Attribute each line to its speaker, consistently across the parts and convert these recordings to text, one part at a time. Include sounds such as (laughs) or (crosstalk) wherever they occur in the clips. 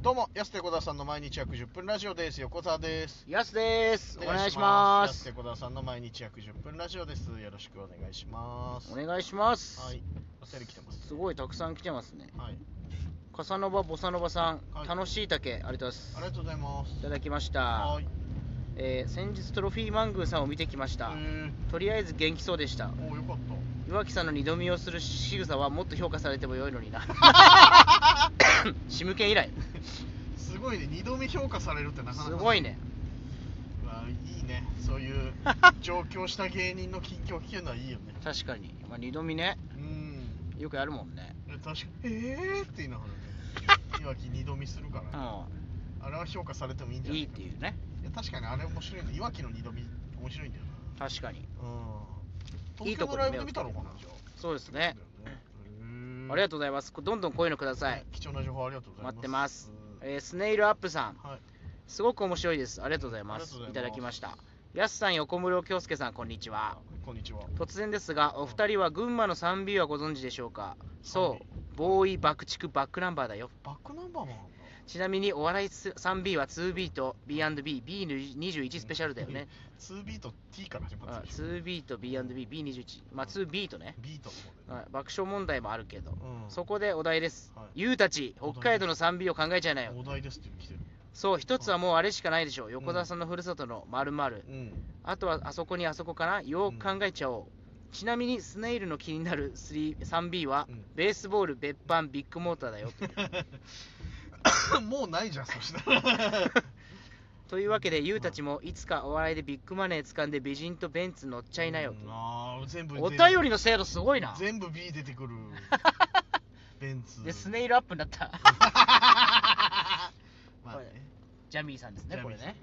Speaker 1: どうも、安手小田さんの毎日約10分ラジオです。横澤です。
Speaker 2: やすです。お願いしま
Speaker 1: 安手
Speaker 2: す。
Speaker 1: 小田さんの毎日約10分ラジオです。よろしくお願いします。
Speaker 2: お願いします。
Speaker 1: はい。お便り来てます。
Speaker 2: すごいたくさん来てますね。
Speaker 1: はい。
Speaker 2: カサノバボサノバさん、
Speaker 1: はい
Speaker 2: 楽しい竹ありがとうございます。
Speaker 1: ありがとうございます。
Speaker 2: いただきました。
Speaker 1: はい。
Speaker 2: えー先日トロフィーマングーさんを見てきました。
Speaker 1: え
Speaker 2: とりあえず元気そうでした。
Speaker 1: ー、おーよかっ
Speaker 2: 岩木さんの二度見をする仕草はもっと評価されてもよい
Speaker 1: (laughs)
Speaker 2: のにな。 (coughs) シムケン以来。
Speaker 1: た。すごいね、二度目評価されるってなかなか
Speaker 2: すごいね。。
Speaker 1: うわいいね。そういう
Speaker 2: (laughs)
Speaker 1: 上京した芸人の近況聞けるのはいいよね。
Speaker 2: 確かに。まあ、二度見ね、
Speaker 1: うん。
Speaker 2: よくやるもんね。
Speaker 1: え確かに。えーって言いながらね。
Speaker 2: (laughs)
Speaker 1: いわき二度見するから、
Speaker 2: う
Speaker 1: あれは評価されてもいいん
Speaker 2: ん。
Speaker 1: じゃない
Speaker 2: い
Speaker 1: い
Speaker 2: いっ
Speaker 1: かな
Speaker 2: ていうね。
Speaker 1: いや確かにあれ面白いねいわきの二度見面白いんだよ
Speaker 2: 確かに。
Speaker 1: なうん東
Speaker 2: いい
Speaker 1: 京
Speaker 2: と
Speaker 1: の
Speaker 2: こ
Speaker 1: ラ
Speaker 2: ろ
Speaker 1: イ
Speaker 2: に
Speaker 1: ブ
Speaker 2: 目
Speaker 1: で
Speaker 2: を
Speaker 1: 見た
Speaker 2: つけて
Speaker 1: の
Speaker 2: る
Speaker 1: か
Speaker 2: か
Speaker 1: な
Speaker 2: な
Speaker 1: じゃ
Speaker 2: そうです
Speaker 1: あ
Speaker 2: ね。あ
Speaker 1: あ
Speaker 2: りがとうございます。どんどんこういうのください。
Speaker 1: 貴重な情報ありがとうございます
Speaker 2: 待ってます
Speaker 1: うん
Speaker 2: えースネイルアップさん、
Speaker 1: はい
Speaker 2: すごく面白いです。ありがとうございま
Speaker 1: ありが
Speaker 2: す。い
Speaker 1: とうござ
Speaker 2: た
Speaker 1: います
Speaker 2: だきました。やすさん、横室京介さん、こんにちは。
Speaker 1: こんにちは
Speaker 2: 突然ですが、お二人は群馬の 3B はご存知でしょうか
Speaker 1: 賛
Speaker 2: そう、ボーイ、爆竹、バックナンバーだよ。
Speaker 1: バックナンバーもあるんだ
Speaker 2: ちなみに、お笑い 3B は 2B と B&B、B21 スペシャルだよね。
Speaker 1: 2ビート T から始まっ
Speaker 2: あ
Speaker 1: てるでしょ
Speaker 2: 2B と B&B、B21。まあ、2B とね。
Speaker 1: ビートの方で
Speaker 2: あ爆笑問題もあるけど。
Speaker 1: うん
Speaker 2: そこでお題です
Speaker 1: はい。
Speaker 2: ゆうたち、北海道の 3B を考えちゃいなよ。
Speaker 1: お題ですって来てる
Speaker 2: そう、一つはもうあれしかないでしょう。横澤さんのふるさとの〇〇。 (laughs)
Speaker 1: うん
Speaker 2: あとはあそこにあそこかなよーく考えちゃおう、ちなみにスネイルの気になる 3- 3B は、
Speaker 1: うん
Speaker 2: ベースボール別班ビッグモーターだよ
Speaker 1: もうないじゃんそした
Speaker 2: (laughs)
Speaker 1: ら
Speaker 2: というわけでユウたちもいつかお笑いでビッグマネー掴んで美人とベンツ乗っちゃいなよ、
Speaker 1: うんあー全部
Speaker 2: お便りの精度すごい (laughs) な
Speaker 1: 全部 B 出てくるベンツ
Speaker 2: でスネイルアップになった
Speaker 1: まあね
Speaker 2: (laughs) ジャミーさんですねこれね。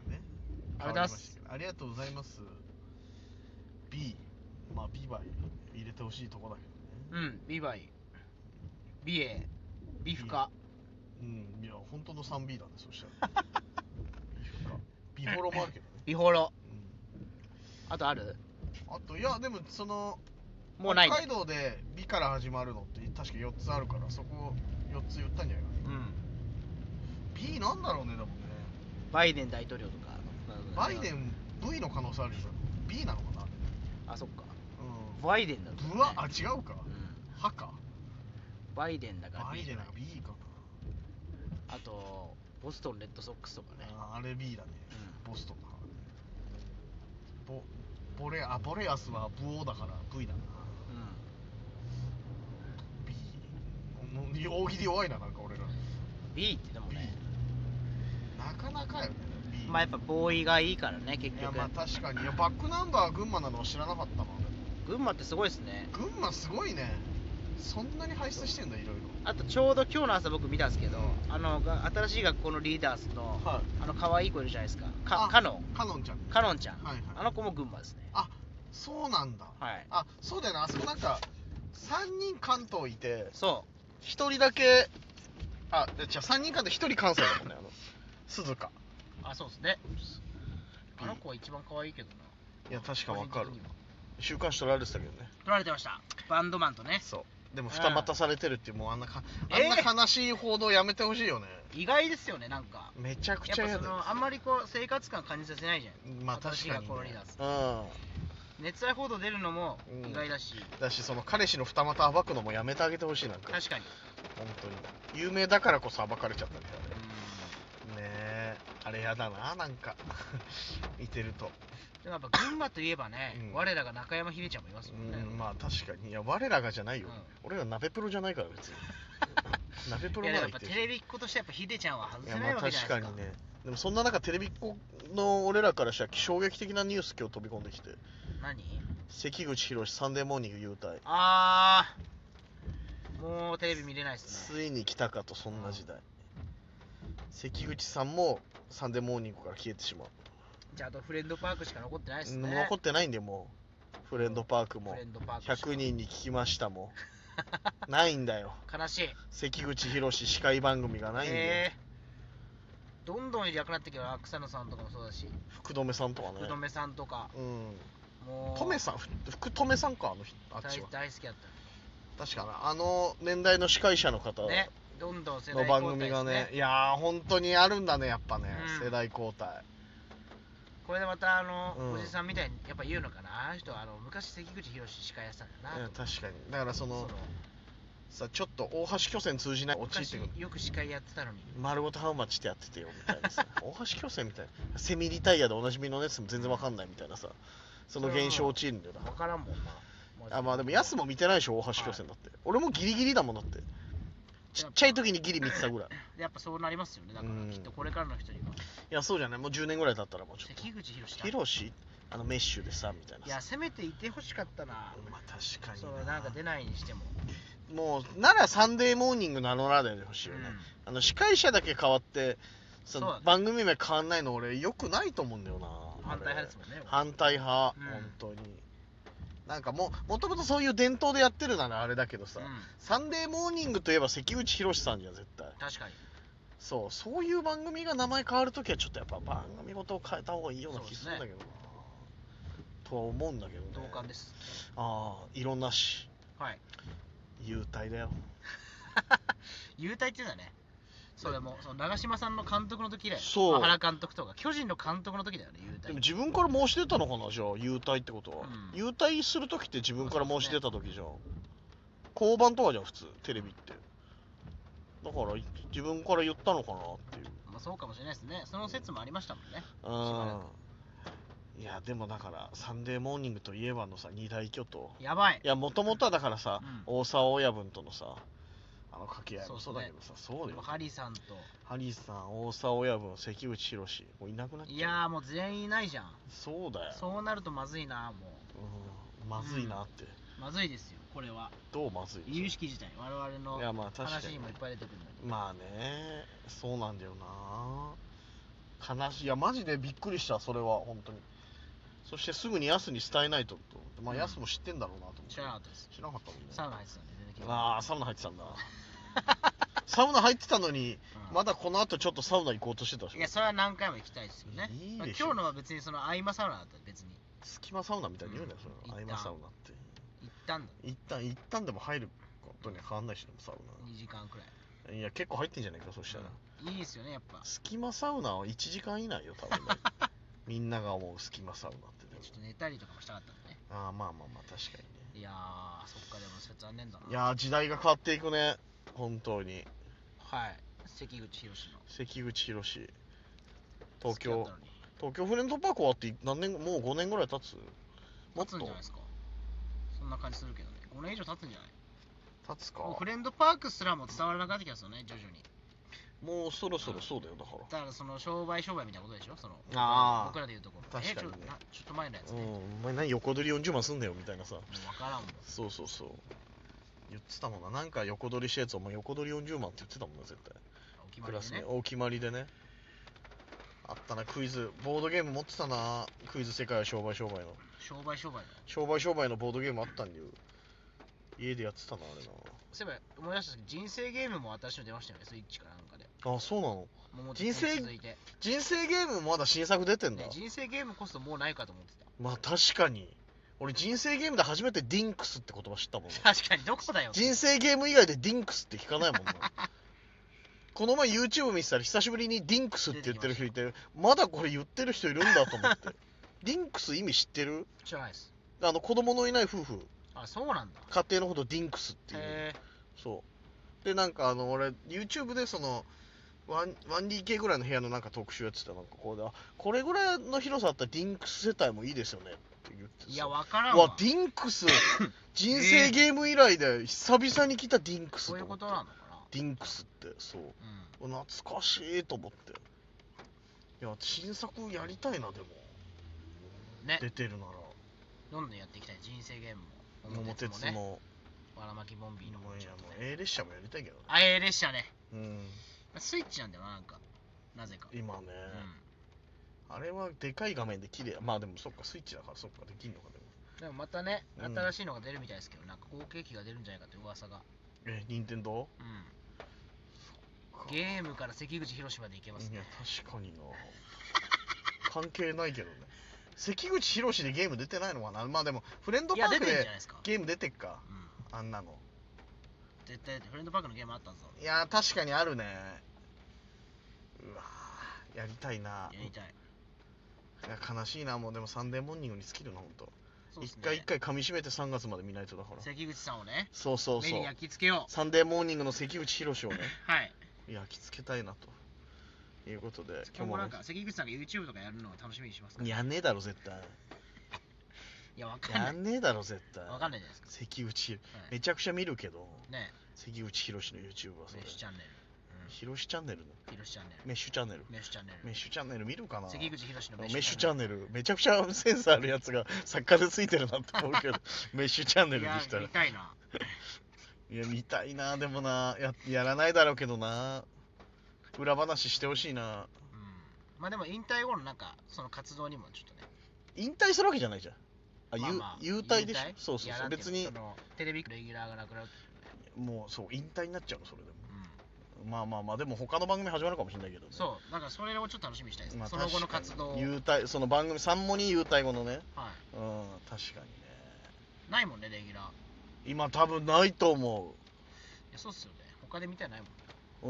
Speaker 1: あ
Speaker 2: あ
Speaker 1: り
Speaker 2: り
Speaker 1: が
Speaker 2: が
Speaker 1: と
Speaker 2: と
Speaker 1: うございます。あ
Speaker 2: うござい
Speaker 1: りがとうございます。B。まあ B は入れてほしいとこだけど
Speaker 2: う
Speaker 1: ね。
Speaker 2: んビバイビエビフカ
Speaker 1: うん、いや、本当の 3B だね、そしたら。B フォローもあるけどね。
Speaker 2: (laughs) ビホロ
Speaker 1: う
Speaker 2: あとある
Speaker 1: ん、あと、いや、でもその、
Speaker 2: もうない、
Speaker 1: 北海
Speaker 2: ね、
Speaker 1: 道で B から始まるのって確か4つあるから、そこ4つ言ったんじゃないかな。
Speaker 2: うん、
Speaker 1: B なんだろうね、でもね。
Speaker 2: バイデン大統領とか
Speaker 1: バイデン V の可能性あるじゃん。B なのかな
Speaker 2: あそっか
Speaker 1: う
Speaker 2: バイデンだと、
Speaker 1: ん。ぶわ、あ、違うか
Speaker 2: う。ん
Speaker 1: はか。
Speaker 2: バイデンだから
Speaker 1: バ
Speaker 2: B
Speaker 1: イ
Speaker 2: じ
Speaker 1: デ
Speaker 2: ゃ
Speaker 1: ン
Speaker 2: な
Speaker 1: ないんか B かな。
Speaker 2: あとボストンレッドソックスとかね
Speaker 1: あーあれ B だね、ボストンだからねボボレあボレアスはブオだから V だな
Speaker 2: う
Speaker 1: B もう大喜利弱いななんか俺ら
Speaker 2: ん B ってでもね
Speaker 1: なかなかよね B
Speaker 2: まあやっぱボーイがいいからね結
Speaker 1: いや
Speaker 2: 局
Speaker 1: まあ確かにいやバックナンバーは群馬なのは知らなかったな
Speaker 2: 群馬ってすごいですね
Speaker 1: 群馬すごいねそんなに輩出してんだいろい
Speaker 2: あとちょうど今日の朝僕見たんですけどあのが新しい学校のリーダーズの
Speaker 1: ろはい
Speaker 2: あの可愛い子いるじゃないですか
Speaker 1: あ
Speaker 2: かカノン
Speaker 1: カノンちゃん
Speaker 2: カノンちゃん
Speaker 1: はいはい
Speaker 2: あの子も群馬ですね
Speaker 1: あそうなんだ
Speaker 2: はい
Speaker 1: あそうだよなあそこなんか3人関東いて
Speaker 2: そ
Speaker 1: 一人だけあじゃあ3人間で一人関西だもんねあの鈴鹿
Speaker 2: うあそうですねあの子は一番可愛いけどない
Speaker 1: や確かわかる
Speaker 2: 個人的には
Speaker 1: 週刊誌取られてたけどね
Speaker 2: 取られてましたバンドマンとね
Speaker 1: そうでも
Speaker 2: うん
Speaker 1: 二股されてるっていうもうあんなかあ
Speaker 2: えー
Speaker 1: んな悲しい報道やめてほしいよね
Speaker 2: 意外ですよねなんか
Speaker 1: めちゃく
Speaker 2: やっ
Speaker 1: ちゃ
Speaker 2: ぱ
Speaker 1: 嫌
Speaker 2: そ
Speaker 1: だ
Speaker 2: のあんまりこう生活感感じさせないじゃん
Speaker 1: よまあ確か
Speaker 2: 私がこのリ
Speaker 1: に、
Speaker 2: ー
Speaker 1: ね
Speaker 2: ダーズ、
Speaker 1: う
Speaker 2: 熱愛報道出るのも
Speaker 1: うん
Speaker 2: 意外だし、
Speaker 1: んだしその彼氏の二股暴くのもやめてあげてほしいなんか
Speaker 2: 確かに、
Speaker 1: 本当に有名だからこそ暴かれちゃったみたいなねえあれやだななんか (laughs) 見てると、
Speaker 2: でもやっぱ群馬といえばね、
Speaker 1: うん
Speaker 2: 我らが中山秀ちゃんもいますもんね、
Speaker 1: うんまあ確かにいや我らがじゃないよ、
Speaker 2: うん
Speaker 1: 俺ら鍋プロじゃないから
Speaker 2: (laughs)
Speaker 1: 別に鍋プロ
Speaker 2: い
Speaker 1: な
Speaker 2: や
Speaker 1: ら言っ
Speaker 2: でもやっぱ
Speaker 1: てる
Speaker 2: テレビっ子としてやっぱ秀ちゃんは外
Speaker 1: いや
Speaker 2: せ
Speaker 1: ま
Speaker 2: ない
Speaker 1: あ
Speaker 2: わけじゃ
Speaker 1: 確
Speaker 2: な
Speaker 1: か
Speaker 2: いで
Speaker 1: に
Speaker 2: すか
Speaker 1: ねでもそんな中テレビっ子の俺らからしたら衝撃的なニュース今日飛び込んできて
Speaker 2: 何
Speaker 1: 関口宏サンデーモーニング優待
Speaker 2: あーもうテレビ見れないですね
Speaker 1: ついに来たかとそんな時代関口さんもサンデーモーニングから消えてしまう
Speaker 2: じゃああとフレンドパークしか残ってないですね
Speaker 1: もう残ってないんでもうフレンドパークも
Speaker 2: フレンドパークしか
Speaker 1: 100人に聞きましたもんないんだよ
Speaker 2: 悲しい
Speaker 1: 関口宏司会番組がないんで、
Speaker 2: えーどんどんいなくなってきたよ草野さんとかもそうだし
Speaker 1: 福留さんとかね
Speaker 2: 福留さんとか
Speaker 1: うん
Speaker 2: もう
Speaker 1: 留さんふ福留さんかあの人あっ
Speaker 2: 大
Speaker 1: ちは
Speaker 2: 大好きだった
Speaker 1: 確かなあの年代の司会者の方
Speaker 2: ねどんどん世代
Speaker 1: の番組が
Speaker 2: 交代で
Speaker 1: ね
Speaker 2: す
Speaker 1: いやー本当にあるんだねやっぱね、
Speaker 2: うん
Speaker 1: 世代交代
Speaker 2: これでまたあの、
Speaker 1: うん
Speaker 2: おじさんみたいにやっぱ言うのかなあの人はあの昔関口宏司会やってたんだ
Speaker 1: い
Speaker 2: な
Speaker 1: や
Speaker 2: と
Speaker 1: 確かにだからその
Speaker 2: その
Speaker 1: さちょっと大橋巨船通じない陥って
Speaker 2: 昔
Speaker 1: くる
Speaker 2: よく司会やってたのに
Speaker 1: 丸ごとハウマッチってやっててよみたいな
Speaker 2: (laughs)
Speaker 1: さ大橋巨船みたいなセミリタイヤでおなじみのやつも全然わかんないみたいなさその現象陥るんだよ
Speaker 2: 分
Speaker 1: な
Speaker 2: からんもんな
Speaker 1: あまあでもヤス
Speaker 2: も
Speaker 1: も見てないでしょ大橋巨船だって、俺もギリギリだもんだってちっちゃい時にギリ見てたぐらい
Speaker 2: やっぱそうなりますよねだから
Speaker 1: うん
Speaker 2: きっとこれからの人にはい
Speaker 1: やそうじゃないもう10年ぐらい経ったらもうちょっと
Speaker 2: 関口宏司だ
Speaker 1: ヒロシあのメッシュでさみたいない
Speaker 2: やせめていてほしかったな
Speaker 1: まあ確か
Speaker 2: そ
Speaker 1: に
Speaker 2: の
Speaker 1: な
Speaker 2: なんか出ないにしても、
Speaker 1: もうならサンデーモーニング名乗らないでほしいよね、
Speaker 2: う
Speaker 1: あの司会者だけ変わってそ
Speaker 2: そうだ
Speaker 1: の
Speaker 2: ね
Speaker 1: 番組名変わんないの俺よくないと思うんだよなん
Speaker 2: 反対派ですもんね
Speaker 1: 反対派、
Speaker 2: うん
Speaker 1: 本当になんかもうもともとそういう伝統でやってるならあれだけどさ、
Speaker 2: うん
Speaker 1: サンデーモーニングといえば関口宏さんじゃん絶対
Speaker 2: 確かに
Speaker 1: そうそういう番組が名前変わるときはちょっとやっぱ番組ごとを変えた方がいいような
Speaker 2: そう
Speaker 1: 気
Speaker 2: です
Speaker 1: す
Speaker 2: ね
Speaker 1: るんだけどな、とは思うんだけどね
Speaker 2: 同感です
Speaker 1: ああいろんなし
Speaker 2: はい
Speaker 1: 優待だよ
Speaker 2: 優待っていうんだねそれもその長嶋さんの監督の時以来
Speaker 1: そう
Speaker 2: 原監督とか巨人の監督の時だよね優
Speaker 1: でも
Speaker 2: 待
Speaker 1: 自分から申し出たのかなじゃあ優待ってことは、
Speaker 2: うん
Speaker 1: 優待する時って自分から申し出た時じゃん、交番とかじゃん普通テレビってだからい自分から言ったのかなっていう
Speaker 2: まあそうかもしれないですねその説もありましたもんね
Speaker 1: うんいやでもだから「サンデーモーニング」といえばのさ二大巨頭
Speaker 2: やばい
Speaker 1: いやもともとはだからさ、
Speaker 2: うん
Speaker 1: 大沢親分とのさあの掛け合いもそ
Speaker 2: そ
Speaker 1: うう
Speaker 2: っ
Speaker 1: だ
Speaker 2: す
Speaker 1: け
Speaker 2: ね
Speaker 1: どさそうだよ
Speaker 2: ハリーさんと
Speaker 1: ハリーさん大沢親分関口宏もういなくなっちゃう
Speaker 2: いやーもう全員いないじゃん
Speaker 1: そうだよ
Speaker 2: そうなるとまずいなも
Speaker 1: うん、まずいなって、
Speaker 2: うまずいですよこれは
Speaker 1: どうまずいの
Speaker 2: 有識自体我々の
Speaker 1: いやまあ確かに
Speaker 2: 話にもいっぱい出てくるのに
Speaker 1: まあねそうなんだよな悲しいいやマジでびっくりしたそれは本当にそしてすぐにヤスに伝えないとと思ってまあ
Speaker 2: うん
Speaker 1: ヤスも知ってんだろうなと思って
Speaker 2: 知らなかったです
Speaker 1: 知らなかったもんね
Speaker 2: サウナ入ってたんで全然聞いて
Speaker 1: ああサウナ入ってたんだサウナ入ってたのに、
Speaker 2: うん
Speaker 1: まだこの後ちょっとサウナ行こうとしてたでしょ
Speaker 2: いやそれは何回も行きたいですよね
Speaker 1: いい
Speaker 2: まあ
Speaker 1: でしょ
Speaker 2: 今日のは別にその合間サウナだったら別に
Speaker 1: 隙間サウナみたいに言うなよ、
Speaker 2: うん
Speaker 1: それ合
Speaker 2: 一旦
Speaker 1: 間サウナって
Speaker 2: 行ったんだ
Speaker 1: 一旦一旦でも入ることには変わんないしねサウ
Speaker 2: 2時間くらい
Speaker 1: ナいや結構入ってんじゃないかそしたら、
Speaker 2: いいですよねやっぱち
Speaker 1: 隙間サウナは1時間以内よ多分ね
Speaker 2: (laughs)
Speaker 1: みんなが思う隙間サウナってね
Speaker 2: ょっと寝たりとかもしたかったんでね
Speaker 1: ああまあまあまあ確かにね
Speaker 2: いやーそっかでもそれ残念だない
Speaker 1: やー時代が変わっていくね本当に
Speaker 2: はい関口宏の
Speaker 1: 関口宏
Speaker 2: 好
Speaker 1: 東
Speaker 2: きだっ
Speaker 1: 京
Speaker 2: たのに
Speaker 1: 東京フレンドパーク終わって何年もう5年ぐらい経つも
Speaker 2: 経
Speaker 1: っ
Speaker 2: つ
Speaker 1: と
Speaker 2: んじゃないですかそんな感じするけどね5年以上経つんじゃない
Speaker 1: 経つか
Speaker 2: もうフレンドパークすらも伝わらなくなってきますよね徐々に
Speaker 1: もうそろそろそうだよだから
Speaker 2: だからその商売商売みたいなことでしょその
Speaker 1: あー
Speaker 2: 僕らで言うところ
Speaker 1: 確かにね
Speaker 2: えちょなちょっと前のやつ
Speaker 1: うん
Speaker 2: ね、もう
Speaker 1: お前何横取り40万すんだよみたいなさ
Speaker 2: 分からんもん
Speaker 1: そうそうそう言ってたもんななんか横取りしたやつお前横取り40万って言ってたもんな絶対
Speaker 2: お決ま
Speaker 1: ク
Speaker 2: り
Speaker 1: ラ
Speaker 2: で
Speaker 1: ス
Speaker 2: ね
Speaker 1: ねお決まりでねあったなクイズボードゲーム持ってたなクイズ世界は商売商売の
Speaker 2: 商売商売の
Speaker 1: 商売商売のボードゲームあったんだよ家でやってたなあれ
Speaker 2: そういえば思い出したんですけど人生ゲームも新しいの出ましたよねスイッチかなんかで
Speaker 1: なあそうなの
Speaker 2: 桃鉄
Speaker 1: 人生
Speaker 2: に続いて、
Speaker 1: 人生ゲームまだ新作出てんだ、
Speaker 2: ね、人生ゲームこそもうないかと思って
Speaker 1: まあ確かに俺人生ゲームで初めてディンクスって言葉知ったもん
Speaker 2: た確かにどこだよ
Speaker 1: 人生ゲーム以外でディンクスって聞かない
Speaker 2: (laughs)
Speaker 1: もんなこの前 YouTube 見てたら久しぶりにディンクスって言ってる人いてまだこれ言ってる人いるんだと思ってディンクス意味知ってる
Speaker 2: 知らないです
Speaker 1: あの子供のいない夫婦
Speaker 2: あそうなんだ
Speaker 1: 家庭のことディンクスっていう
Speaker 2: へえ
Speaker 1: そうでなんかあの俺 YouTube でそのワン 1DK ぐらいの部屋のなんか特集やってたなんかこうであこれぐらいの広さあったらディンクス世帯もいいですよねって言ってさ
Speaker 2: いや分からん
Speaker 1: う
Speaker 2: わ
Speaker 1: わディンク
Speaker 2: (laughs)
Speaker 1: ス人生ゲーム以来で久々に来たディンクス
Speaker 2: そういう
Speaker 1: 思
Speaker 2: こ
Speaker 1: って
Speaker 2: となのか
Speaker 1: ディンクスってそう
Speaker 2: なうん
Speaker 1: 懐かしいと思っていや新作やりたいなでも
Speaker 2: ね
Speaker 1: 出てるなら
Speaker 2: どんどんやっていきたい人生ゲームも
Speaker 1: 桃鉄も,、
Speaker 2: ねわらまきボンビーの
Speaker 1: も
Speaker 2: も
Speaker 1: う
Speaker 2: ち
Speaker 1: い
Speaker 2: ろ
Speaker 1: や
Speaker 2: ん
Speaker 1: もう
Speaker 2: ね
Speaker 1: A 列車もやりたいけどね
Speaker 2: あえ列車ね
Speaker 1: うん
Speaker 2: スイッチなんだよななんかなぜか
Speaker 1: 今ね、
Speaker 2: うん
Speaker 1: あれはでかい画面で綺麗まあでもそっかスイッチだからそっかできんのかでも
Speaker 2: でもまたね
Speaker 1: うん
Speaker 2: 新しいのが出るみたいですけどなんか後継機が出るんじゃないかって噂が
Speaker 1: え任天堂
Speaker 2: うんゲームから関口宏までいけます
Speaker 1: い
Speaker 2: ね
Speaker 1: や確かにな関係ないけどね関口宏でゲーム出てないのかなまあでもフレンド
Speaker 2: い
Speaker 1: パ
Speaker 2: や
Speaker 1: ー
Speaker 2: 出
Speaker 1: ク
Speaker 2: てんじゃ
Speaker 1: で
Speaker 2: ないですか
Speaker 1: ゲーム出てっか
Speaker 2: うん
Speaker 1: あんなの
Speaker 2: 絶対フレンドパークのゲームあったぞ
Speaker 1: いやー確かにあるねうわーやりたいな
Speaker 2: やりたい
Speaker 1: いや悲しいなもうでもサンデーモーニングに尽きるな本当
Speaker 2: そうっす
Speaker 1: 一
Speaker 2: ね
Speaker 1: 回一回噛み締めて3月まで見ないとだから
Speaker 2: 関口さんをね
Speaker 1: そうそう
Speaker 2: 目
Speaker 1: そう
Speaker 2: に焼き付けよ
Speaker 1: サンデーモーニングの関口宏を
Speaker 2: (laughs)
Speaker 1: ね
Speaker 2: うはい
Speaker 1: 焼き付けたいなということで
Speaker 2: 今日もなん
Speaker 1: 今
Speaker 2: か関口さんが YouTube とかやるのを楽しみにしますか
Speaker 1: 日も
Speaker 2: い
Speaker 1: やんねえだろ絶対
Speaker 2: やわかんな
Speaker 1: や
Speaker 2: い
Speaker 1: んねえだろ絶対
Speaker 2: わかんないじゃないですか
Speaker 1: 関口
Speaker 2: はい
Speaker 1: めちゃくちゃ見るけど
Speaker 2: ね
Speaker 1: 関口宏の YouTube はそ
Speaker 2: メ
Speaker 1: れ
Speaker 2: ッシュチャンネル
Speaker 1: ひろしチャンネルの
Speaker 2: ヒロシチャンネル
Speaker 1: メッシュチャンネル
Speaker 2: メッシュチャンネル
Speaker 1: メッシュチャンネル見るかな
Speaker 2: 関口宏の
Speaker 1: メ
Speaker 2: メ
Speaker 1: ッ
Speaker 2: ッ
Speaker 1: シ
Speaker 2: シ
Speaker 1: ュ
Speaker 2: ュ
Speaker 1: チ
Speaker 2: チ
Speaker 1: ャ
Speaker 2: ャ
Speaker 1: ン
Speaker 2: ン
Speaker 1: ネルめちゃくちゃセンスあるやつが作家でついてるなって思うけ
Speaker 2: (laughs)
Speaker 1: どメッシュチャンネ
Speaker 2: ネル
Speaker 1: ルにした
Speaker 2: い
Speaker 1: ら
Speaker 2: や見たいない
Speaker 1: や見たいなでもなややらないだろうけどな裏話してほしいな
Speaker 2: うんまあでも引退後のなんかその活動にもちょっとね
Speaker 1: 引退するわけじゃないじゃんあ、
Speaker 2: ま
Speaker 1: ゆ
Speaker 2: ま
Speaker 1: 優退でしょ
Speaker 2: 優
Speaker 1: そう
Speaker 2: い
Speaker 1: そう
Speaker 2: や
Speaker 1: そう
Speaker 2: な
Speaker 1: ん
Speaker 2: てい
Speaker 1: 別
Speaker 2: の
Speaker 1: に
Speaker 2: そのテレビレギュラーがなくなる
Speaker 1: もうそう引退になっちゃうのそれでも
Speaker 2: うん
Speaker 1: まあまあまあでも他の番組始まるかもしれないけどね
Speaker 2: そう、なんかそれをちょっと楽しみにしたいです。
Speaker 1: まあ
Speaker 2: その後の
Speaker 1: 確か
Speaker 2: 活
Speaker 1: に
Speaker 2: 動を、
Speaker 1: 優退その番組三モに優退後のね
Speaker 2: は
Speaker 1: うん確かにね
Speaker 2: い、ないもんね、レギュラー。い
Speaker 1: 今多分ないと思
Speaker 2: や、そうっすよね。他で見たらないもん。
Speaker 1: う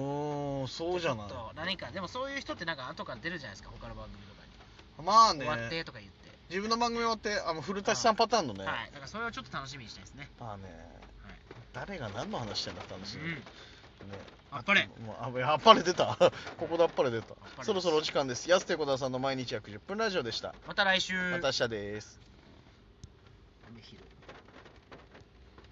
Speaker 1: うーんそうじゃない
Speaker 2: ちょっと何か、でもそういう人ってなんか後から出るじゃないですか、他の番組とかに。
Speaker 1: まあね
Speaker 2: 終わってとか言って。
Speaker 1: 自分の番組終わってあの古舘さんパターンのね、
Speaker 2: はい、だからそれをちょっと楽しみにしたいですね。
Speaker 1: まあね、誰が何の話してんだって話
Speaker 2: う
Speaker 1: だよね、
Speaker 2: ん、あっぱれ
Speaker 1: もうあやっぱれ出たここであっぱれ出た
Speaker 2: ぱれです
Speaker 1: そろそろお時間です安手小田さんの毎日約10分ラジオでした
Speaker 2: また来週。
Speaker 1: また明日です